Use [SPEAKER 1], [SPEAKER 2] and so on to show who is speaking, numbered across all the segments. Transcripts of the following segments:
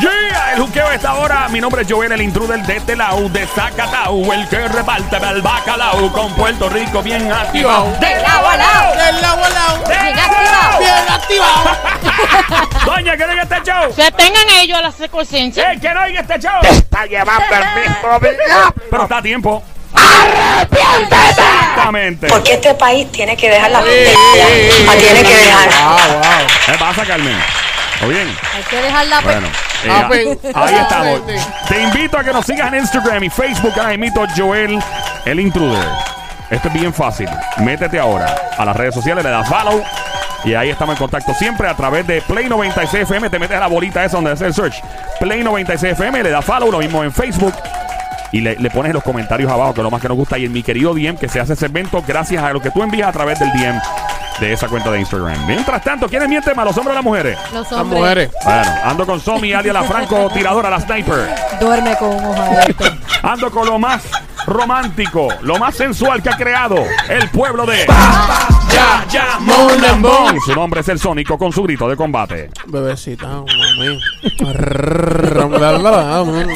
[SPEAKER 1] Yeah, el juqueo a esta hora. Mi nombre es Joel, el intruder de Telau, de Zacatau, el que reparte el bacalao con Puerto Rico bien activado.
[SPEAKER 2] Del lado a lado.
[SPEAKER 3] Del lado al lado.
[SPEAKER 2] Bien activado.
[SPEAKER 3] Bien activado.
[SPEAKER 1] Doña, que no oiga este show.
[SPEAKER 2] Se tengan a ellos a la secuencia.
[SPEAKER 1] Eh, que no oiga este show.
[SPEAKER 4] Está llevando el mismo video.
[SPEAKER 1] Pero está a tiempo.
[SPEAKER 4] ¡Arrepiéntete!
[SPEAKER 1] Exactamente.
[SPEAKER 5] Porque este país tiene que dejar la pendeja. La tiene que dejar.
[SPEAKER 1] ¿Qué pasa, Carmen? ¿O bien?
[SPEAKER 2] Hay que dejarla.
[SPEAKER 1] Bueno, eh,
[SPEAKER 3] Ah, pues,
[SPEAKER 1] ahí
[SPEAKER 3] ah,
[SPEAKER 1] estamos.
[SPEAKER 3] vende.
[SPEAKER 1] Te invito a que nos sigas en Instagram y Facebook. Ahora imito Joel, el intruder. Esto es bien fácil. Métete ahora a las redes sociales, le das follow. Y ahí estamos en contacto siempre a través de Play 96 FM. Te metes a la bolita esa donde hace el search. Play 96 FM, le das follow, lo mismo en Facebook. Y le, le pones los comentarios abajo, que es lo más que nos gusta. Y en mi querido DM, que se hace ese evento gracias a lo que tú envías a través del DM de esa cuenta de Instagram. Mientras tanto, ¿quiénes mienten más, los hombres o las mujeres?
[SPEAKER 6] Los
[SPEAKER 3] Las
[SPEAKER 6] hombres.
[SPEAKER 3] mujeres.
[SPEAKER 1] Bueno, ando con Somi, alias la franco tiradora, la sniper.
[SPEAKER 6] Duerme con un ojo abierto.
[SPEAKER 1] Ando con lo más romántico, lo más sensual que ha creado el pueblo de
[SPEAKER 3] Ya, ya, mon and bon.
[SPEAKER 1] Su nombre es el Sónico con su grito de combate.
[SPEAKER 3] Bebecita, mami.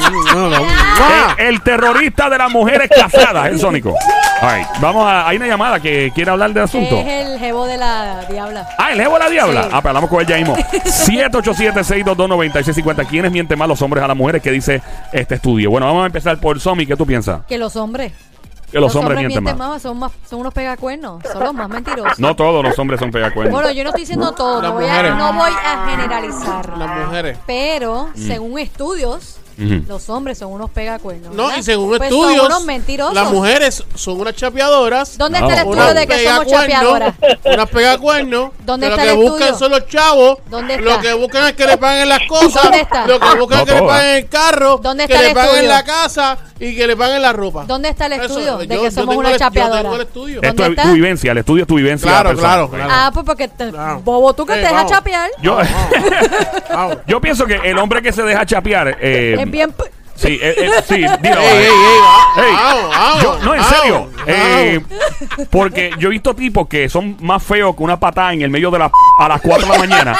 [SPEAKER 3] Ah,
[SPEAKER 1] El, el terrorista de las mujeres casadas, el Sónico. All right, vamos a. Hay una llamada que quiere hablar del asunto.
[SPEAKER 6] Es el jebo de la diabla.
[SPEAKER 1] Ah, el jevo de la diabla.
[SPEAKER 6] Sí.
[SPEAKER 1] Ah, pero hablamos con ella mismo. 787-622-9650. ¿Quiénes mienten más los hombres a las mujeres que dice este estudio? Bueno, vamos a empezar por Somi. ¿Qué tú piensas?
[SPEAKER 6] Que los hombres.
[SPEAKER 1] Que los, hombres, mienten, más.
[SPEAKER 6] son, más, son unos pegacuernos. Son los más mentirosos.
[SPEAKER 1] No todos los hombres son pegacuernos.
[SPEAKER 6] Bueno, yo no estoy diciendo todo.
[SPEAKER 3] Las
[SPEAKER 6] no voy a-
[SPEAKER 3] mujeres.
[SPEAKER 6] no voy a generalizar.
[SPEAKER 3] Las mujeres.
[SPEAKER 6] Pero, según estudios,
[SPEAKER 1] Mm. Ujú.
[SPEAKER 6] los hombres son unos pegacuernos.
[SPEAKER 3] No,
[SPEAKER 6] ¿verdad?
[SPEAKER 3] y según
[SPEAKER 6] Pues
[SPEAKER 3] estudios,
[SPEAKER 6] Son unos mentirosos.
[SPEAKER 3] las mujeres son unas chapeadoras.
[SPEAKER 6] ¿Dónde
[SPEAKER 1] No.
[SPEAKER 6] está el
[SPEAKER 1] Una
[SPEAKER 6] estudio de que somos chapeadoras?
[SPEAKER 3] Unas pegacuernos.
[SPEAKER 6] ¿Dónde
[SPEAKER 3] que
[SPEAKER 6] está
[SPEAKER 3] lo que
[SPEAKER 6] el
[SPEAKER 3] buscan
[SPEAKER 6] estudio?
[SPEAKER 3] son los chavos.
[SPEAKER 6] ¿Dónde
[SPEAKER 3] Lo
[SPEAKER 6] está?
[SPEAKER 3] que buscan es que le paguen las cosas.
[SPEAKER 6] ¿Dónde está?
[SPEAKER 3] Lo que buscan
[SPEAKER 1] No
[SPEAKER 3] es que le
[SPEAKER 1] todas.
[SPEAKER 3] paguen el carro.
[SPEAKER 6] ¿Dónde
[SPEAKER 3] que
[SPEAKER 6] está
[SPEAKER 3] le
[SPEAKER 6] el
[SPEAKER 3] paguen
[SPEAKER 6] estudio?
[SPEAKER 3] la casa y que le paguen la ropa.
[SPEAKER 6] ¿Dónde está el
[SPEAKER 3] Eso,
[SPEAKER 6] estudio de
[SPEAKER 3] yo-
[SPEAKER 6] que
[SPEAKER 3] yo
[SPEAKER 6] somos
[SPEAKER 3] tengo
[SPEAKER 6] unas
[SPEAKER 3] el- yo tengo
[SPEAKER 6] chapeadoras?
[SPEAKER 3] el estudio.
[SPEAKER 1] Esto es
[SPEAKER 6] ¿Dónde
[SPEAKER 1] tu
[SPEAKER 6] está?
[SPEAKER 1] vivencia, el estudio es tu vivencia. de la
[SPEAKER 3] Claro,
[SPEAKER 1] persona.
[SPEAKER 3] claro, claro.
[SPEAKER 6] Ah, pues porque te-
[SPEAKER 3] Claro.
[SPEAKER 6] bobo, tú que
[SPEAKER 3] Sí,
[SPEAKER 6] te dejas
[SPEAKER 3] vamos.
[SPEAKER 6] chapear.
[SPEAKER 1] Yo,
[SPEAKER 3] Vamos.
[SPEAKER 1] yo pienso que el hombre que se deja chapear. eh,
[SPEAKER 6] Es bien. p-
[SPEAKER 1] Sí, eh, eh, sí, dilo.
[SPEAKER 3] Ey, ey,
[SPEAKER 1] eh.
[SPEAKER 3] ey, va-
[SPEAKER 1] Ey,
[SPEAKER 3] vamos, vamos,
[SPEAKER 1] yo- no, en
[SPEAKER 3] vamos,
[SPEAKER 1] serio.
[SPEAKER 3] vamos.
[SPEAKER 1] eh, porque yo he visto tipos que son más feos que una patada en el medio de la p- a las 4 de la mañana.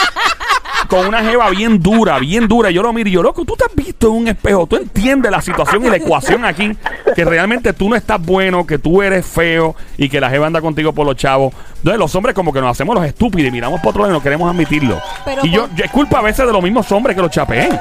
[SPEAKER 1] Con una jeva bien dura, bien dura. Yo lo miro y yo, loco, tú te has visto en un espejo. Tú entiendes la situación y la ecuación aquí. Que realmente tú no estás bueno, que tú eres feo y que la jeva anda contigo por los chavos. Entonces, los hombres, como que nos hacemos los estúpidos y miramos para otro lado y no queremos admitirlo.
[SPEAKER 6] Pero
[SPEAKER 1] y yo,
[SPEAKER 6] con-
[SPEAKER 1] yo- es culpa a veces de los mismos hombres que los chapeen.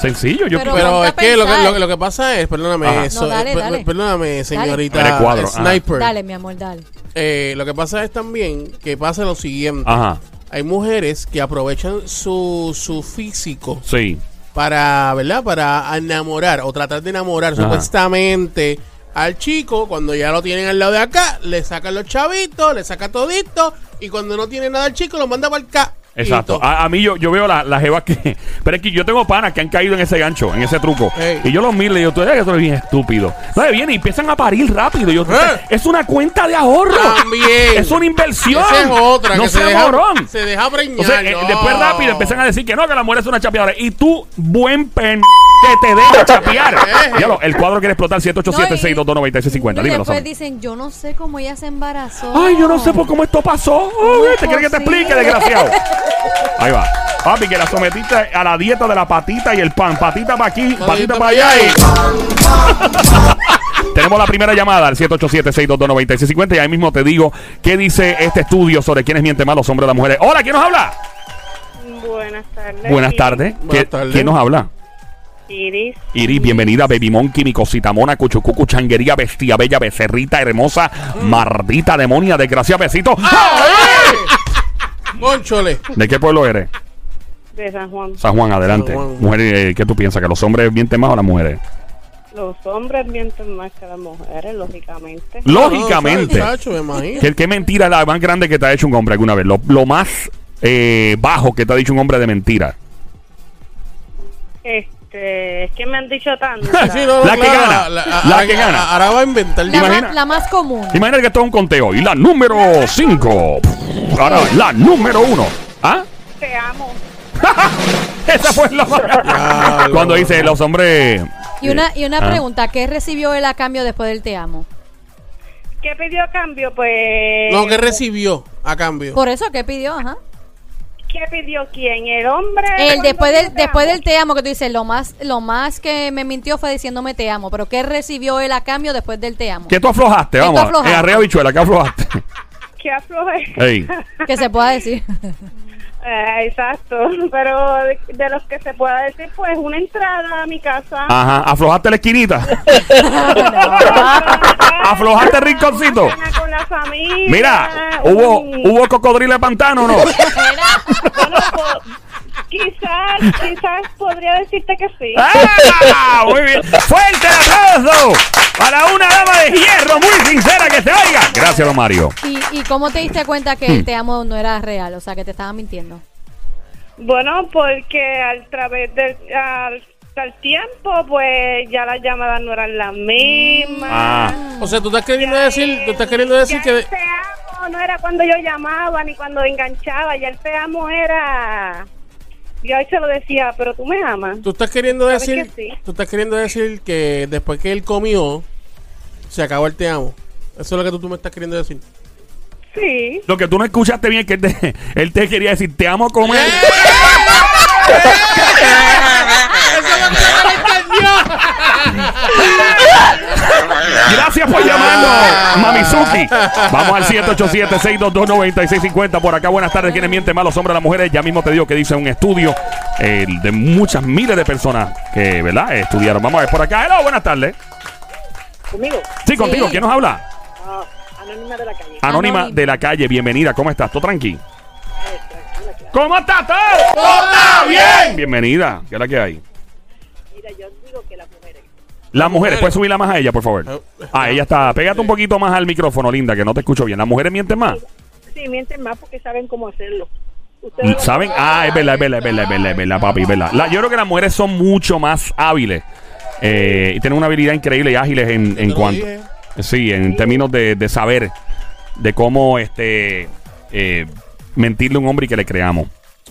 [SPEAKER 1] Sencillo, yo
[SPEAKER 6] Pero
[SPEAKER 3] Pero
[SPEAKER 6] ponte a
[SPEAKER 3] es que lo, que
[SPEAKER 6] pensar.
[SPEAKER 3] lo- lo que pasa es, perdóname,
[SPEAKER 1] Ajá.
[SPEAKER 3] eso,
[SPEAKER 6] No, dale,
[SPEAKER 3] eh, per-
[SPEAKER 6] dale.
[SPEAKER 3] perdóname, señorita
[SPEAKER 1] Dale. Eres cuadro, ajá.
[SPEAKER 3] Sniper.
[SPEAKER 6] Dale, mi amor, dale.
[SPEAKER 3] Eh, lo que pasa es también que pasa lo siguiente.
[SPEAKER 1] Ajá.
[SPEAKER 3] Hay mujeres que aprovechan su, su físico
[SPEAKER 1] Sí.
[SPEAKER 3] para, ¿verdad? Para enamorar o tratar de enamorar
[SPEAKER 1] Ajá.
[SPEAKER 3] supuestamente al chico. Cuando ya lo tienen al lado de acá, le sacan los chavitos, le saca todito y cuando no tiene nada el chico, lo manda para acá.
[SPEAKER 1] Exacto. A, a mí yo, yo veo la- las jevas que. Pero es que yo tengo panas que han caído en ese gancho, en ese truco.
[SPEAKER 3] Ey.
[SPEAKER 1] Y yo los miro y yo, tú eres que tú eres bien estúpido. Entonces vienen y empiezan a parir rápido. Y Yo,
[SPEAKER 3] Eh.
[SPEAKER 1] Es una cuenta de ahorro.
[SPEAKER 3] También.
[SPEAKER 1] Es una inversión.
[SPEAKER 3] Esa es otra.
[SPEAKER 1] No
[SPEAKER 3] que
[SPEAKER 1] sea
[SPEAKER 3] se deja,
[SPEAKER 1] morón.
[SPEAKER 3] Se deja preñar.
[SPEAKER 1] Entonces, eh,
[SPEAKER 3] no.
[SPEAKER 1] después rápido empiezan a decir que no, que la mujer es una chapeadora. Y tú, buen pen, que te deja chapear.
[SPEAKER 3] Ey.
[SPEAKER 1] Diablo, el cuadro quiere explotar
[SPEAKER 6] No,
[SPEAKER 1] 787
[SPEAKER 6] y-
[SPEAKER 1] 622 9650
[SPEAKER 6] y
[SPEAKER 1] Dímelo,
[SPEAKER 6] después
[SPEAKER 1] Sammy.
[SPEAKER 6] dicen, yo no sé cómo ella se embarazó.
[SPEAKER 1] Ay, yo no sé por cómo esto pasó.
[SPEAKER 6] Oh. ¿Cómo
[SPEAKER 1] Ay,
[SPEAKER 6] es
[SPEAKER 1] ¿Te quieres que te
[SPEAKER 6] posible?
[SPEAKER 1] explique, desgraciado? Ahí va. Papi, que la sometiste a la dieta de la patita y el pan. Patita para aquí, patita para allá. y- Tenemos la primera llamada al 787-622-9650 y ahí mismo te digo qué dice este estudio sobre quiénes mienten más los hombres o las mujeres. Hola, ¿quién nos habla?
[SPEAKER 7] Buenas tardes.
[SPEAKER 1] Buenas tardes.
[SPEAKER 3] Buenas
[SPEAKER 1] ¿Qué-
[SPEAKER 3] tardes.
[SPEAKER 1] ¿Quién nos habla?
[SPEAKER 7] Iris.
[SPEAKER 1] Iris, bienvenida, Baby Monkey, mi cosita mona, cuchucucu, changuería, bestia bella, becerrita, hermosa, mardita, demonia, desgracia, besito.
[SPEAKER 6] ¡Ah!
[SPEAKER 3] Mónchole.
[SPEAKER 1] ¿De qué pueblo eres?
[SPEAKER 7] de San Juan.
[SPEAKER 1] San Juan, adelante.
[SPEAKER 3] San Juan.
[SPEAKER 1] Mujer, eh, ¿qué tú piensas? ¿Que los hombres mienten más o las mujeres?
[SPEAKER 7] Los hombres mienten más que las mujeres, lógicamente.
[SPEAKER 1] Lógicamente.
[SPEAKER 3] No, Ah, chacho, me imagino.
[SPEAKER 1] ¿Qué, qué mentira es la más grande que te ha hecho un hombre alguna vez? Lo, lo más eh, bajo que te ha dicho un hombre de mentira.
[SPEAKER 7] Este, es que me han dicho tanto.
[SPEAKER 3] Sí, no, no,
[SPEAKER 1] La que
[SPEAKER 3] claro,
[SPEAKER 1] gana, la
[SPEAKER 3] ahora-
[SPEAKER 1] que gana.
[SPEAKER 3] Ahora va a inventar.
[SPEAKER 6] La,
[SPEAKER 3] Imagina-
[SPEAKER 1] Imagina-
[SPEAKER 6] más, la más común.
[SPEAKER 1] Imagina que esto es un conteo. Y la número 5. Ahora, la número 1. ¿Ah?
[SPEAKER 7] Te amo.
[SPEAKER 1] Esa fue la más.
[SPEAKER 3] Claro.
[SPEAKER 1] Cuando dice los hombres.
[SPEAKER 6] Y una, y una
[SPEAKER 1] Ah.
[SPEAKER 6] pregunta, ¿qué recibió él a cambio después del te amo?
[SPEAKER 7] ¿Qué pidió a cambio? Pues.
[SPEAKER 3] No, que recibió a cambio.
[SPEAKER 6] Por eso, ¿qué pidió? Ajá.
[SPEAKER 7] ¿Qué pidió quién? ¿El hombre?
[SPEAKER 6] El
[SPEAKER 7] Eh, cuando
[SPEAKER 6] después del,
[SPEAKER 7] dijo te
[SPEAKER 6] después
[SPEAKER 7] amo?
[SPEAKER 6] del te amo que tú dices, lo más, lo más que me mintió fue diciéndome te amo, pero ¿qué recibió él a cambio después del te amo?
[SPEAKER 1] ¿Qué tú aflojaste?
[SPEAKER 6] ¿Qué
[SPEAKER 1] Vamos,
[SPEAKER 6] tú aflojaste?
[SPEAKER 1] en arreo bichuela, ¿qué aflojaste?
[SPEAKER 7] ¿Qué afloje?
[SPEAKER 1] Ey.
[SPEAKER 6] Que se pueda decir.
[SPEAKER 7] Eh, exacto, pero de, de los que se pueda decir, pues una entrada a mi casa.
[SPEAKER 1] Ajá, aflojaste la esquinita. aflojaste el rinconcito.
[SPEAKER 7] Una cena con la familia.
[SPEAKER 1] Mira, hubo,
[SPEAKER 7] un-
[SPEAKER 1] hubo cocodrilo de pantano, o ¿no?
[SPEAKER 7] Bueno, po- quizás, quizás podría decirte que sí.
[SPEAKER 1] ¡Ah! Muy bien. Fuerte el aplauso para una dama de hierro muy sincera que se oiga. Gracias, don Mario.
[SPEAKER 6] ¿Y, ¿Y cómo te diste cuenta que el te amo no era real? O sea, que te estaba mintiendo.
[SPEAKER 7] Bueno, porque al través del al, al tiempo, pues ya las llamadas no eran las mismas.
[SPEAKER 1] Ah,
[SPEAKER 3] O sea, tú estás queriendo decir, tú estás queriendo decir
[SPEAKER 7] Ya
[SPEAKER 3] que
[SPEAKER 7] el te amo no era cuando yo llamaba ni cuando enganchaba, ya el te amo era... Yo ahí se lo decía, pero tú me amas.
[SPEAKER 3] tú estás queriendo
[SPEAKER 7] ¿Sabes
[SPEAKER 3] decir,
[SPEAKER 7] que sí?
[SPEAKER 3] tú estás queriendo decir que después que él comió se acabó el te amo. Eso es lo que tú, tú me estás queriendo decir.
[SPEAKER 7] Sí.
[SPEAKER 1] lo que tú no escuchaste bien es que él te, él te quería decir, te amo comer.
[SPEAKER 3] Eh.
[SPEAKER 7] Eh.
[SPEAKER 1] Gracias por llamarnos, Mamizuki. Vamos al 787-622-9650. Por acá, buenas tardes. ¿Quiénes mienten más, los hombres o las mujeres? Ya mismo te digo que dice un estudio eh, de muchas miles de personas que, ¿verdad? Estudiaron. Vamos a ver por acá. Hello, buenas tardes.
[SPEAKER 7] ¿Conmigo?
[SPEAKER 1] Sí, contigo.
[SPEAKER 6] Sí.
[SPEAKER 1] ¿Quién nos habla?
[SPEAKER 7] anónima de la calle.
[SPEAKER 1] Anónima,
[SPEAKER 6] Anónimo.
[SPEAKER 1] de la calle. Bienvenida. ¿Cómo estás? ¿Tú tranqui? ¿Cómo estás tú? está bien! Bienvenida. ¿Qué es la que hay?
[SPEAKER 7] Mira, yo digo que las mujeres.
[SPEAKER 1] Las mujeres, ¿puedes subirla más a ella, por favor?
[SPEAKER 3] Ah.
[SPEAKER 1] Ah, ella está. Pégate un poquito más al micrófono, linda, que no te escucho bien. ¿Las mujeres mienten más?
[SPEAKER 7] Sí, mienten más porque saben cómo hacerlo.
[SPEAKER 1] Mm, ¿Saben? Ah, es verdad, es verdad, es verdad, es verdad, es verdad, papi, es verdad. La- yo creo que las mujeres son mucho más hábiles eh, y tienen una habilidad increíble y ágiles en, en
[SPEAKER 3] lo
[SPEAKER 1] cuanto.
[SPEAKER 3] dije.
[SPEAKER 1] Sí, en términos de, de saber de cómo este eh, mentirle a un hombre y que le creamos.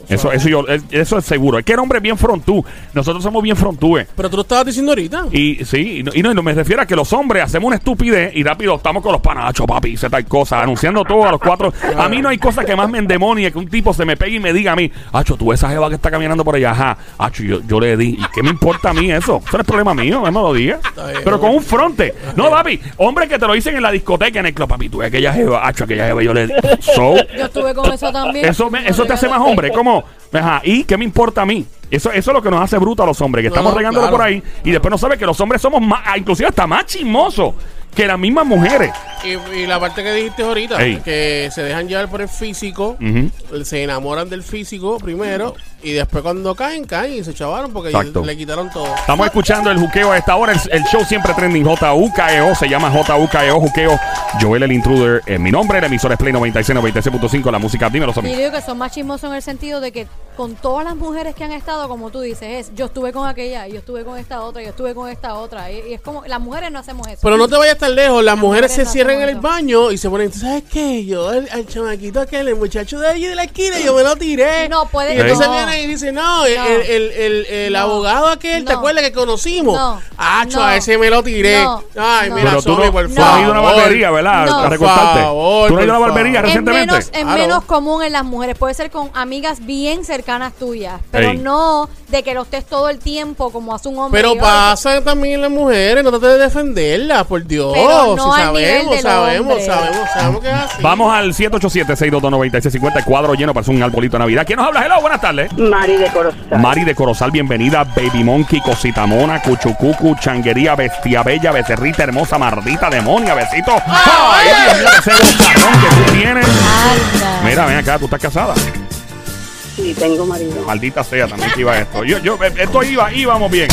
[SPEAKER 1] Eso, eso, yo, es- eso es seguro. Es que el hombre es bien frontú. Nosotros somos bien frontúes.
[SPEAKER 3] Pero tú lo estabas diciendo ahorita.
[SPEAKER 1] Y sí, y no, y no, y no me refiero a que los hombres hacemos una estupidez y rápido estamos con los panachos, papi, y tal cosa, anunciando todo a los cuatro. A mí no hay cosa que más me endemonie que un tipo se me pegue y me diga a mí, Acho, tú esa jeva que está caminando por allá, ajá, Acho, yo, yo le di. ¿Y qué me importa a mí eso? Eso no es problema mío, no me lo diga.
[SPEAKER 3] bien,
[SPEAKER 1] Pero con
[SPEAKER 3] hombre.
[SPEAKER 1] un fronte. No, papi, hombres que te lo dicen en la discoteca, en el club, papi, tú aquella jeva, Acho, aquella jeva, yo le di. So,
[SPEAKER 6] Yo estuve con eso también.
[SPEAKER 1] eso, me- eso te hace más hombre. Como, ajá, ¿y qué me importa a mí? Eso, eso es lo que nos hace bruto a los hombres, que estamos
[SPEAKER 3] No,
[SPEAKER 1] regándolo
[SPEAKER 3] claro.
[SPEAKER 1] por ahí y después no sabes que los hombres somos más, ah, inclusive hasta más chismosos que las mismas mujeres.
[SPEAKER 3] Y, y la parte que dijiste ahorita,
[SPEAKER 1] Ey.
[SPEAKER 3] que se dejan llevar por el físico,
[SPEAKER 1] Ujú.
[SPEAKER 3] se enamoran del físico primero y después cuando caen, caen y se chavaron porque
[SPEAKER 1] Exacto.
[SPEAKER 3] le quitaron todo.
[SPEAKER 1] Estamos escuchando el juqueo a esta hora, el, el show siempre trending JUKEO, E se llama JUKEO, E juqueo. Joel el Intruder, es mi nombre, la emisora es Play 96, 96.5, la música, dímelo,
[SPEAKER 6] Y yo
[SPEAKER 1] Sammy.
[SPEAKER 6] digo que son más chismosos en el sentido de que con todas las mujeres que han estado, como tú dices, es yo estuve con aquella, yo estuve con esta otra, yo estuve con esta otra. Y, y es como, las mujeres no hacemos eso.
[SPEAKER 3] Pero no te vayas tan lejos, las mujeres se
[SPEAKER 6] mujeres no
[SPEAKER 3] cierran en
[SPEAKER 6] hacen
[SPEAKER 3] el
[SPEAKER 6] eso.
[SPEAKER 3] baño y se ponen, "¿Tú ¿sabes qué? Yo, el, al chamaquito aquel, el muchacho de allí de la esquina, yo me lo tiré.
[SPEAKER 6] No, puede-
[SPEAKER 3] Y entonces
[SPEAKER 6] no.
[SPEAKER 3] viene y dice, no, el,
[SPEAKER 6] No.
[SPEAKER 3] el- el- el
[SPEAKER 6] No.
[SPEAKER 3] abogado aquel, ¿te
[SPEAKER 6] No.
[SPEAKER 3] acuerdas que conocimos?
[SPEAKER 6] No.
[SPEAKER 3] Ah, cho,
[SPEAKER 6] No.
[SPEAKER 3] a ese me lo tiré.
[SPEAKER 6] No.
[SPEAKER 3] Ay,
[SPEAKER 6] No.
[SPEAKER 3] mira,
[SPEAKER 1] Pero tú
[SPEAKER 3] Sony,
[SPEAKER 1] no,
[SPEAKER 3] por
[SPEAKER 1] tú no has ido a una
[SPEAKER 3] favor.
[SPEAKER 1] barbería, ¿verdad?
[SPEAKER 6] No.
[SPEAKER 1] A recortarte.
[SPEAKER 3] Por favor,
[SPEAKER 1] tú no has ido a una
[SPEAKER 3] por
[SPEAKER 1] barbería
[SPEAKER 3] favor.
[SPEAKER 6] es
[SPEAKER 1] recientemente.
[SPEAKER 6] menos, es
[SPEAKER 3] Claro.
[SPEAKER 6] menos común en las mujeres. Puede ser con amigas bien cercanas tuyas, pero
[SPEAKER 1] Ey.
[SPEAKER 6] no de que lo estés todo el tiempo como hace un hombre.
[SPEAKER 3] Pero
[SPEAKER 6] Y, "Ay,
[SPEAKER 3] pasa también las mujeres, no trates de defenderlas, por Dios.
[SPEAKER 6] Pero no
[SPEAKER 3] si
[SPEAKER 6] al nivel
[SPEAKER 3] sabemos,
[SPEAKER 6] del
[SPEAKER 3] sabemos,
[SPEAKER 6] hombre.
[SPEAKER 3] sabemos, sabemos que es así.
[SPEAKER 1] Vamos al 787-622-9650, el cuadro lleno, parece un arbolito de Navidad. ¿Quién nos habla? Hello, buenas tardes.
[SPEAKER 7] Mari de Corozal.
[SPEAKER 1] Mari de Corozal, bienvenida. Baby Monkey, Cosita Mona, Cuchucucu, Changuería, Bestia Bella, Becerrita Hermosa, Mardita, Demonia, Besito. ¡Ay, Dios mío, ese bozarrón que tú tienes!
[SPEAKER 6] anda".
[SPEAKER 1] Mira, ven acá, tú estás casada.
[SPEAKER 7] Sí, tengo marido.
[SPEAKER 1] Maldita sea, también que iba esto. Yo, yo, esto iba, íbamos bien.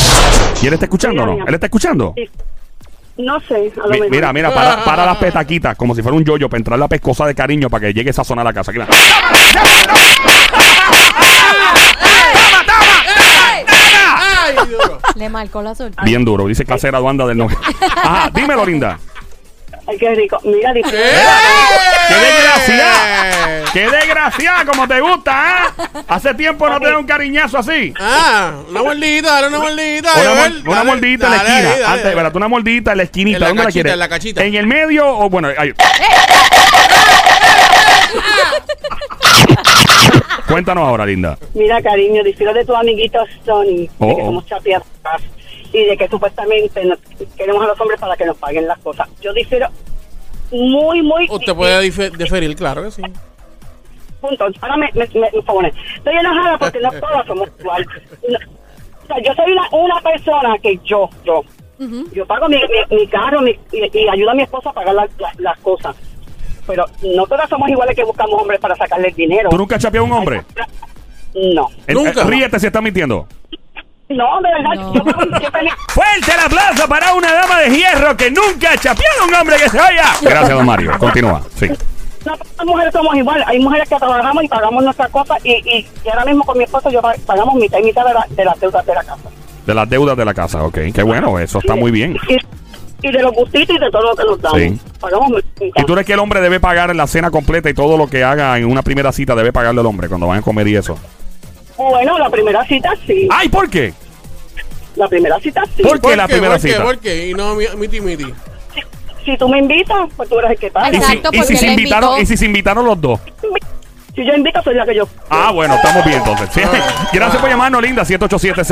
[SPEAKER 1] ¿Y él está escuchando o no? ¿Él está escuchando?
[SPEAKER 7] No sé, a lo
[SPEAKER 1] Mi-
[SPEAKER 7] mejor.
[SPEAKER 1] mira, mira, para, para las petaquitas, como si fuera un yoyo, para entrar la pescosa de cariño para que llegue esa zona a la casa. Aquí va.
[SPEAKER 3] Ay, duro.
[SPEAKER 6] Le marcó la suerte.
[SPEAKER 1] Bien duro, dice clase graduanda del novio. Ajá, dímelo, linda.
[SPEAKER 7] Ay, qué rico. Mira,
[SPEAKER 3] ¡Eh!
[SPEAKER 7] disculpa.
[SPEAKER 1] ¡Qué desgraciada! ¡Qué desgraciada! Como te gusta, ¿eh? Hace tiempo no te da un cariñazo así.
[SPEAKER 3] Ah, una mordidita, dale una mordidita.
[SPEAKER 1] Una,
[SPEAKER 3] Joel,
[SPEAKER 1] mol- una
[SPEAKER 3] dale,
[SPEAKER 1] mordidita en
[SPEAKER 3] dale,
[SPEAKER 1] la esquina.
[SPEAKER 3] ahí, dale,
[SPEAKER 1] Antes,
[SPEAKER 3] dale.
[SPEAKER 1] espérate, una mordidita en la esquinita.
[SPEAKER 3] En la
[SPEAKER 1] ¿Dónde
[SPEAKER 3] cachita,
[SPEAKER 1] la quieres?
[SPEAKER 3] en la cachita.
[SPEAKER 1] ¿En el medio o bueno? ahí. Cuéntanos ahora, linda.
[SPEAKER 8] Mira, cariño, difiero de tus amiguitos, Sony,
[SPEAKER 1] Oh,
[SPEAKER 8] de que
[SPEAKER 1] oh.
[SPEAKER 8] somos chapiatas y de que supuestamente nos- queremos a los hombres para que nos paguen las cosas. Yo difiero muy, muy...
[SPEAKER 3] Usted puede dife- diferir, claro que sí.
[SPEAKER 8] Punto. Ahora me, me, me- me pone. Estoy enojada porque no todas somos iguales. No. O sea, yo soy una, una persona que yo, yo,
[SPEAKER 6] Ujú.
[SPEAKER 8] yo pago mi, mi, mi carro mi- y, y ayudo a mi esposa a pagar las- las- las cosas. Pero no todas somos iguales que buscamos hombres para sacarle el dinero.
[SPEAKER 1] ¿Tú nunca has chapeado a un hombre?
[SPEAKER 8] No.
[SPEAKER 1] Eh,
[SPEAKER 3] Nunca.
[SPEAKER 1] eh, ríete si está mintiendo.
[SPEAKER 8] No, de verdad.
[SPEAKER 6] No.
[SPEAKER 8] Yo pago- yo tenía-
[SPEAKER 1] Fuerte el aplauso para una dama de hierro que nunca ha chapeado a un hombre que se vaya. Gracias, don Mario. Continúa. Sí.
[SPEAKER 8] No, todas las mujeres somos iguales. Hay mujeres que trabajamos y pagamos nuestras cosas. Y, y, y ahora mismo con mi esposo yo pa- pagamos mitad y mitad de la, de la deuda de la casa.
[SPEAKER 1] De las deudas de la casa, ok. Qué bueno, eso está muy bien.
[SPEAKER 8] Y, y de los gustitos y de todo lo que nos damos.
[SPEAKER 1] Sí.
[SPEAKER 8] Pagamos mitad y mitad.
[SPEAKER 1] ¿Y tú crees que el hombre debe pagar la cena completa y todo lo que haga en una primera cita debe pagarle el hombre cuando van a comer y eso?
[SPEAKER 8] Bueno, la primera cita sí.
[SPEAKER 1] ¡Ay, ¿por qué?
[SPEAKER 8] La primera cita sí.
[SPEAKER 1] ¿Por qué la primera
[SPEAKER 3] ¿Por qué?
[SPEAKER 1] cita?
[SPEAKER 3] ¿Por qué? Y no mi- miti miti.
[SPEAKER 8] Si tú me invitas, pues tú eres el que paga.
[SPEAKER 1] ¿Y si,
[SPEAKER 6] Exacto,
[SPEAKER 1] y si
[SPEAKER 6] porque
[SPEAKER 1] se
[SPEAKER 6] él la
[SPEAKER 1] invitaron,
[SPEAKER 6] invitó.
[SPEAKER 1] ¿Y si se invitaron los dos?
[SPEAKER 8] Si yo invito, soy la que yo.
[SPEAKER 1] Ah, bueno, estamos bien entonces. Sí.
[SPEAKER 3] Ah,
[SPEAKER 1] Gracias
[SPEAKER 3] ah.
[SPEAKER 1] por llamarnos, linda.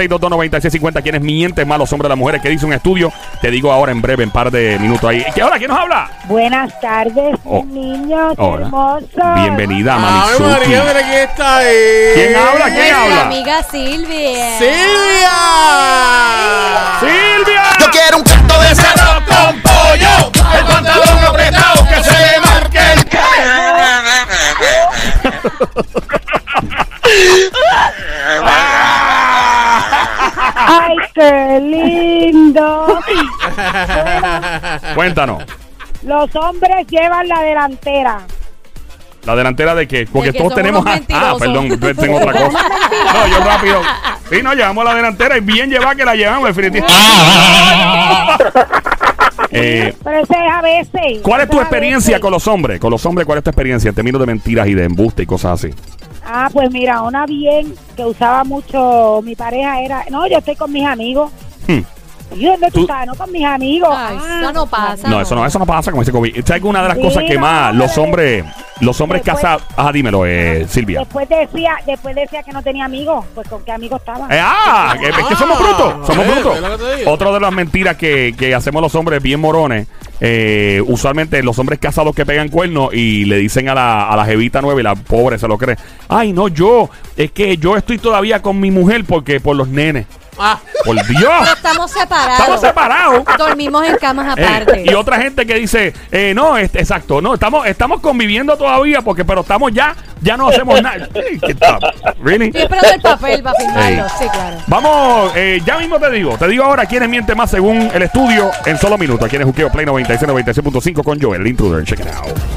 [SPEAKER 1] 787-622-9650. ¿Quiénes mienten más los hombres a las mujeres? ¿Qué dice un estudio? Te digo ahora en breve, en par de minutos ahí. ¿Qué hora? ¿Quién nos habla?
[SPEAKER 9] Buenas tardes,
[SPEAKER 1] Oh.
[SPEAKER 9] niños
[SPEAKER 1] Hola.
[SPEAKER 9] hermosos.
[SPEAKER 1] Bienvenida,
[SPEAKER 3] Ay,
[SPEAKER 1] Mamizuki.
[SPEAKER 3] María, mira quién está ahí.
[SPEAKER 1] Ah, ¿Quién habla? ¿Quién
[SPEAKER 6] Nuestra
[SPEAKER 1] habla?
[SPEAKER 6] amiga Silvia.
[SPEAKER 3] ¡Silvia!
[SPEAKER 1] ¡Silvia!
[SPEAKER 10] Yo quiero un canto de cerdo con pollo. El pantalón apretado que se le marque el
[SPEAKER 3] Ah.
[SPEAKER 9] Ay, qué lindo.
[SPEAKER 1] Cuéntanos.
[SPEAKER 9] Los hombres llevan la delantera.
[SPEAKER 1] ¿La delantera de qué? Porque
[SPEAKER 6] que
[SPEAKER 1] todos
[SPEAKER 6] son
[SPEAKER 1] tenemos.
[SPEAKER 6] unos
[SPEAKER 1] ah,
[SPEAKER 6] mentirosos.
[SPEAKER 1] perdón, yo tengo otra cosa. No, yo rápido. Sí, no, llevamos la delantera y bien llevada que la llevamos, definitivamente. Eh,
[SPEAKER 9] Pero eso es a veces.
[SPEAKER 1] ¿Cuál es tu
[SPEAKER 9] eso a
[SPEAKER 1] experiencia
[SPEAKER 9] veces.
[SPEAKER 1] con los hombres? Con los hombres, ¿cuál es tu experiencia en términos de mentiras y de embuste y cosas así?
[SPEAKER 9] Ah, pues mira, una bien que usaba mucho mi pareja era. No, yo estoy con mis amigos.
[SPEAKER 1] Hmm.
[SPEAKER 9] ¿Y dónde tú
[SPEAKER 1] Tú-
[SPEAKER 9] estás? No con mis amigos. Ah,
[SPEAKER 6] Ay, Ah, eso no pasa.
[SPEAKER 1] Ah. No, eso no, eso no pasa como dice Kobe. ¿Sabes que una de las
[SPEAKER 9] Sí,
[SPEAKER 1] cosas que
[SPEAKER 9] no,
[SPEAKER 1] más los
[SPEAKER 9] pero-
[SPEAKER 1] hombres, los hombres
[SPEAKER 9] Después-
[SPEAKER 1] casados? Ajá, dímelo, eh, Silvia.
[SPEAKER 9] Después decía, después decía que no tenía amigos. Pues con qué amigos estaba.
[SPEAKER 1] Eh, ah, que- es que somos brutos, somos
[SPEAKER 3] Eh,
[SPEAKER 1] brutos.
[SPEAKER 3] ¿verdad que te digo?
[SPEAKER 1] Otra de las mentiras que, que hacemos los hombres bien morones, eh, usualmente los hombres casados que pegan cuernos y le dicen a la, a la jevita nueva y la pobre se lo cree. Ay, no, yo, es que yo estoy todavía con mi mujer porque por los nenes.
[SPEAKER 3] Ah,
[SPEAKER 1] Por
[SPEAKER 6] Pero
[SPEAKER 1] Dios,
[SPEAKER 6] estamos separados.
[SPEAKER 1] estamos separados.
[SPEAKER 6] Dormimos en camas
[SPEAKER 1] Eh,
[SPEAKER 6] aparte.
[SPEAKER 1] y otra gente que dice, eh, no, este, exacto, no, estamos, estamos conviviendo todavía porque, pero estamos ya, ya no hacemos nada. Eh, ¿qué tal? Really?
[SPEAKER 6] Siempre del papel para firmarlo.
[SPEAKER 1] Ey.
[SPEAKER 6] Sí, claro.
[SPEAKER 1] Vamos, eh, ya mismo te digo, te digo ahora quiénes miente más según el estudio en solo minutos. Aquí en el Juqueo Play 96, 96.5 con Joel Intruder. Check it out.